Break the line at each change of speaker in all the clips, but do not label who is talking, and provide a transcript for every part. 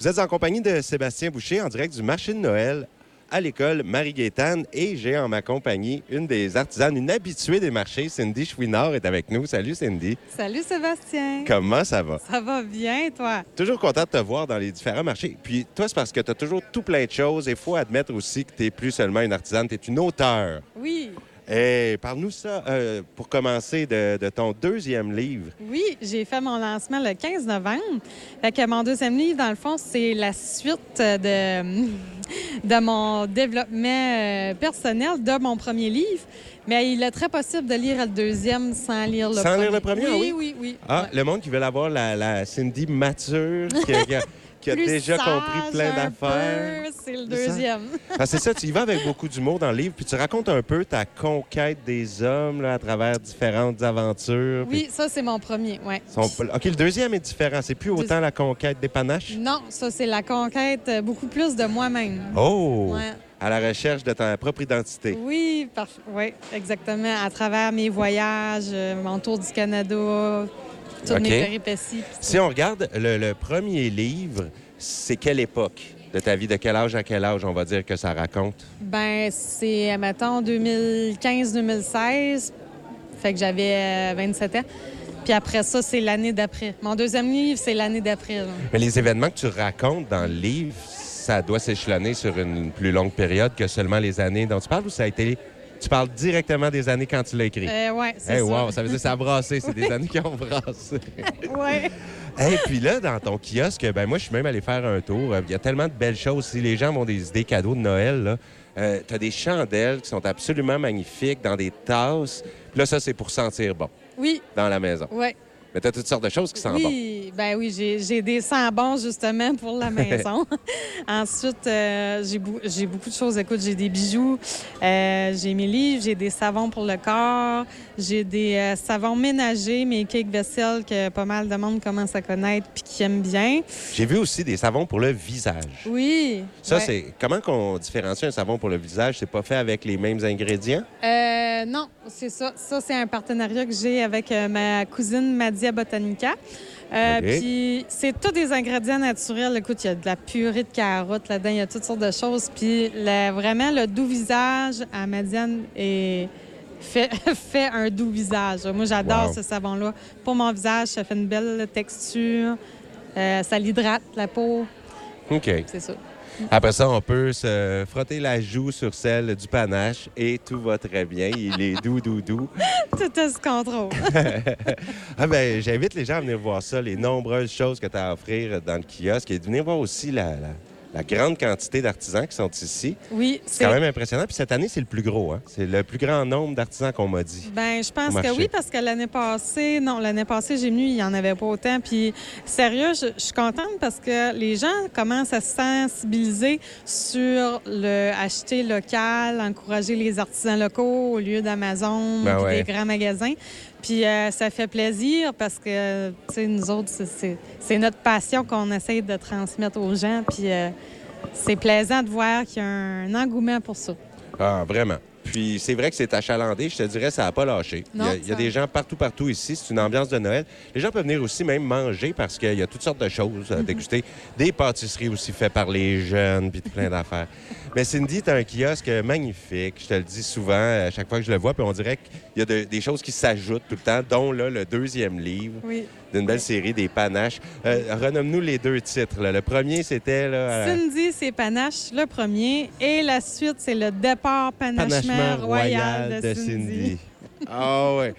Vous êtes en compagnie de Sébastien Boucher en direct du marché de Noël à l'école Marie-Gaétane et j'ai en ma compagnie une des artisanes, une habituée des marchés, Cindy Chouinard est avec nous. Salut Cindy.
Salut Sébastien.
Comment ça va?
Ça va bien, toi?
Toujours content de te voir dans les différents marchés. Puis toi, c'est parce que tu as toujours tout plein de choses et il faut admettre aussi que tu n'es plus seulement une artisane, tu es une auteure.
Oui.
Et parle-nous ça, euh, pour commencer, de, de ton deuxième livre.
Oui, j'ai fait mon lancement le 15 novembre. Fait que mon deuxième livre, dans le fond, c'est la suite de, de mon développement euh, personnel de mon premier livre. Mais il est très possible de lire le deuxième sans lire le
Sans
premier.
lire le premier,
oui?
ah oui?
Oui, oui, oui.
Ah,
Ouais.
le monde qui veut avoir la, la Cindy mature, qui a, qui a- qui a
Plus
déjà
sage
compris plein
un
d'affaires.
peu, C'est le
Plus sage.
deuxième.
Ah, c'est ça, tu y vas avec beaucoup d'humour dans le livre, puis tu racontes un peu ta conquête des hommes là, à travers différentes aventures. puis
Oui, ça, c'est mon premier, ouais.
son- OK, le deuxième est différent. C'est plus autant la conquête des panaches.
Non, ça, c'est la conquête euh, beaucoup plus de moi-même.
Oh!
Mm. Ouais.
À la recherche de ta propre identité.
Oui, parf- oui, exactement. À travers mes voyages, euh, mon tour du Canada, toutes
OK.
mes péripéties. puis tout.
Si on regarde le, le premier livre, c'est quelle époque de ta vie? De quel âge à quel âge, on va dire, que ça raconte?
Ben, c'est, mettons, 2015-2016. Fait que j'avais euh, 27 ans. Puis après ça, c'est l'année d'après. Mon deuxième livre, c'est l'année d'après. là.
Mais les événements que tu racontes dans le livre, ça doit s'échelonner sur une plus longue période que seulement les années dont tu parles ou ça a été. Tu parles directement des années quand tu l'as écrit?
Euh, ouais, c'est
Hey,
ça.
wow, ça veut dire que ça a brassé. C'est des années qui ont brassé.
Ouais.
Et puis là, dans ton kiosque, ben moi, je suis même allé faire un tour. Euh, Il y a tellement de belles choses. Si les gens ont des idées cadeaux de Noël, là, euh, t'as des chandelles qui sont absolument magnifiques dans des tasses. Puis là, ça, c'est pour sentir bon
Oui,
dans la maison.
ouais.
Mais t'as toutes sortes de choses qui sentent bon.
Oui, ben oui, j'ai- j'ai des sens bons justement pour la maison. Ensuite, euh, j'ai bou- j'ai beaucoup de choses. Écoute, j'ai des bijoux, euh, j'ai mes livres, j'ai des savons pour le corps, j'ai des euh, savons ménagers, mes cakes vaisselle que pas mal de monde commence à connaître puis qui aiment bien.
J'ai vu aussi des savons pour le visage.
Oui.
Ça,
ouais.
c'est. Comment qu'on différencie un savon pour le visage? C'est pas fait avec les mêmes ingrédients?
Euh, non, c'est ça. Ça, c'est un partenariat que j'ai avec euh, ma cousine Madia Botanica. Euh,
OK.
Puis, c'est tous des ingrédients naturels. Écoute, il y a de la purée de carottes là-dedans, il y a toutes sortes de choses. Puis, le- vraiment, le doux visage à Madiane est- fait, fait un doux visage. Moi, j'adore
Wow.
ce savon-là. Pour mon visage, ça fait une belle texture. Euh, ça l'hydrate, la peau.
OK.
C'est ça.
Après ça, on peut se frotter la joue sur celle du panache et tout va très bien. Il est doux, doux, doux.
Tout est sous contrôle.
Ah ben, j'invite les gens à venir voir ça, les nombreuses choses que tu as à offrir dans le kiosque et de venir voir aussi la, la- la grande quantité d'artisans qui sont ici.
Oui,
C'est quand même impressionnant. Puis cette année, c'est le plus gros. Hein? C'est le plus grand nombre d'artisans qu'on m'a dit.
Ben, je
au
pense
marché?
que oui, parce que l'année passée, non, l'année passée, j'ai venu, il n'y en avait pas autant. Puis, sérieux, je, je suis contente parce que les gens commencent à se sensibiliser sur le acheter local, encourager les artisans locaux au lieu d'Amazon,
Ben
puis
ouais.
des grands magasins. Puis, euh, ça fait plaisir parce que, tu sais, nous autres, c'est- c'est c'est notre passion qu'on essaie de transmettre aux gens. Puis, euh, c'est plaisant de voir qu'il y a un engouement pour ça.
Ah, vraiment. Puis c'est vrai que c'est achalandé. Je te dirais, ça n'a pas lâché.
Non,
il y a, il y a
ça-
des gens partout, partout ici. C'est une ambiance de Noël. Les gens peuvent venir aussi même manger parce qu'il y a toutes sortes de choses
Mhm.
à déguster. Des pâtisseries aussi faites par les jeunes, puis plein d'affaires. Mais Cindy, tu un kiosque magnifique. Je te le dis souvent à chaque fois que je le vois. Puis on dirait qu'il y a de- des choses qui s'ajoutent tout le temps, dont là, le deuxième livre
Oui.
d'une belle série, des panaches. Euh, Renomme-nous les deux titres. là. Le premier, c'était... là, euh,
Cindy, c'est Panache, le premier. Et la suite, c'est le départ panachement, royal, de, Cindy.
Ah ouais.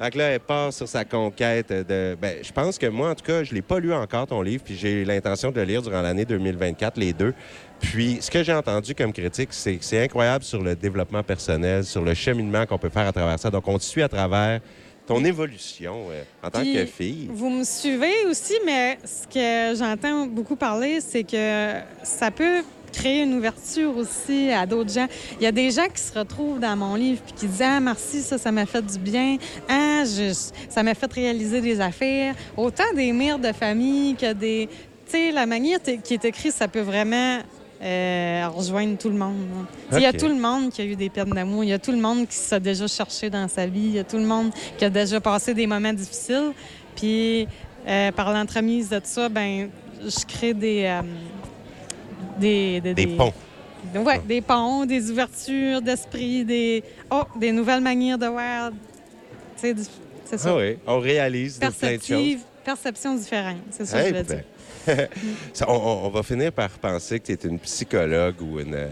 Fait que là, elle part sur sa conquête de. Ben, je pense que moi, en tout cas, je l'ai pas lu encore ton livre, puis j'ai l'intention de le lire durant l'année 2024, les deux. Puis, ce que j'ai entendu comme critique, c'est que c'est incroyable sur le développement personnel, sur le cheminement qu'on peut faire à travers ça. Donc, on te suit à travers ton évolution euh, en tant
Puis,
que fille.
Vous me suivez aussi, mais ce que j'entends beaucoup parler, c'est que ça peut créer une ouverture aussi à d'autres gens. Il y a des gens qui se retrouvent dans mon livre puis qui disent ah merci ça ça m'a fait du bien ah je- ça m'a fait réaliser des affaires autant des mères de famille que des tu sais la manière t- qui est écrite ça peut vraiment euh, rejoindre tout le monde. hein. là. Tu sais, Il y a
OK.
tout le monde qui a eu des peines d'amour. Il y a tout le monde qui s'est déjà cherché dans sa vie. Il y a tout le monde qui a déjà passé des moments difficiles. Puis, euh, par l'entremise de tout ça, ben, je crée des, euh, Des,
Des ponts. Ah.
Ouais, des ponts, des ouvertures d'esprit, des. Oh, des nouvelles manières de voir. Tu sais, du- c'est ça.
Ah oui, on réalise des plein de choses.
Perceptive, perception différente. C'est ça que
Hey,
je voulais dire.
ben. Ça, on, on- on va finir par penser que tu es une psychologue ou une. euh,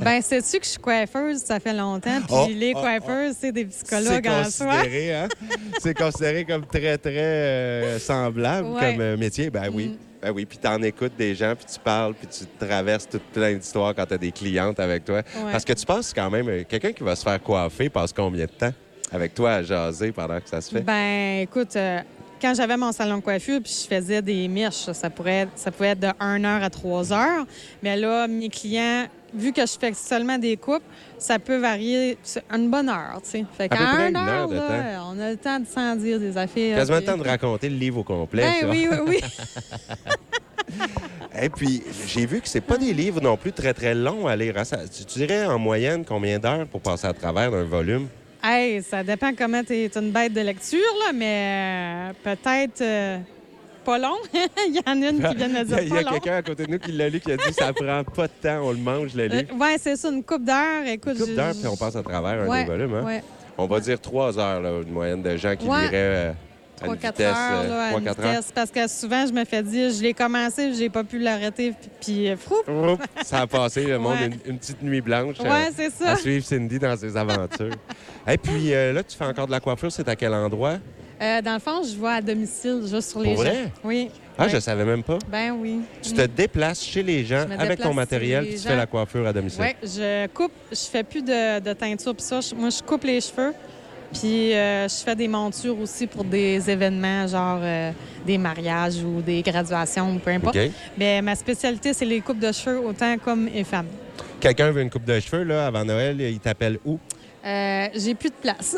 Ben, sais-tu que je suis coiffeuse, ça fait longtemps, puis
Oh,
les
oh, oh.
coiffeuses, c'est des
C'est
psychologues en soi.
considéré, hein? C'est considéré comme très, très euh, semblable
Ouais. Mm.
comme euh, métier. Ben oui. Ben oui. Puis t'en écoutes des gens, puis tu parles, puis tu traverses tout plein d'histoires quand t'as des clientes avec toi.
Ouais.
Parce que tu passes quand même. euh, Quelqu'un qui va se faire coiffer passe combien de temps avec toi à jaser pendant que ça se fait?
Ben, écoute, euh, quand j'avais mon salon de coiffure, puis je faisais des miches, ça, pourrait être- ça pouvait être de 1 heure à 3 heures. Mais là, mes clients, vu que je fais seulement des coupes, ça peut varier c'est une bonne heure, tu sais. Fait
peu
qu'à
près
1
une heure
heure,
de
là, on a le temps de s'en dire des affaires.
Quasiment le
puis-
temps de raconter le livre au complet.
Ben
ça.
oui, oui, oui.
Et puis, j'ai vu que c'est pas des livres non plus très, très longs à lire. hein. Ça- tu, tu dirais en moyenne combien d'heures pour passer à travers d'un volume?
Hey, ça dépend comment t'es t'es une bête de lecture, là, mais euh, peut-être euh, pas long. Il y en a une qui vient de me
Il y a, il y
dire
a
pas long.
quelqu'un à côté de nous qui l'a lu, qui a dit ça prend pas de temps, on le mange, le livre.
Euh, ouais, c'est ça, une coupe d'heure. Écoute,
Une couple
je-
d'heures,
je-
puis on passe à travers un
Ouais,
des volumes. Hein?
ouais.
On va dire trois heures, là, une moyenne de gens qui
Ouais.
liraient euh, à une
3-4
vitesse.
heures, là, à une
3-4 heures.
vitesse, Parce que souvent, je me fais dire, je l'ai commencé, j'ai pas pu l'arrêter, puis- puis euh, frou.
Oups, ça a passé, le monde,
Ouais.
une, une petite nuit blanche.
Ouais,
euh,
c'est ça.
À suivre Cindy dans ses aventures. Et puis euh, là, tu fais encore de la coiffure, c'est à quel endroit?
Euh, dans le fond, je vois à domicile, juste sur les
Pour
gens.
vrai?
Oui.
Ah,
Ouais.
je savais même pas.
Ben oui.
Tu te déplaces chez les gens
Je me
avec ton
déplace
matériel,
chez
puis
les
tu fais
gens.
la coiffure à domicile.
Oui, je coupe, je fais plus de, de teinture pis ça. Je- moi, je coupe les cheveux. Puis euh, je fais des montures aussi pour des événements, genre euh, des mariages ou des graduations ou peu importe.
OK.
Mais ma spécialité, c'est les coupes de cheveux, autant comme et femmes.
Quelqu'un veut une coupe de cheveux, là, avant Noël, il t'appelle où?
Euh, j'ai plus de place.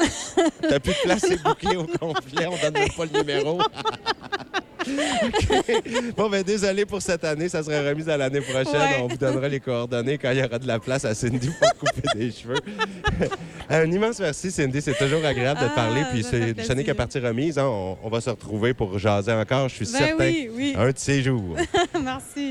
T'as plus de place, c'est bouclé au complet. On donne même pas le numéro. OK. Bon, ben désolé pour cette année. Ça sera remis à l'année prochaine.
Ouais.
On vous donnera les coordonnées quand il y aura de la place à Cindy pour couper des cheveux. Euh, Un immense merci, Cindy. C'est toujours agréable de te
Ah,
parler. Puis
ça fait
c'est- ce n'est
plaisir.
qu'à partie remise. hein. On, on va se retrouver pour jaser encore. Je suis
ben
certain. Ah.
oui, oui.
Un de ces jours.
Merci.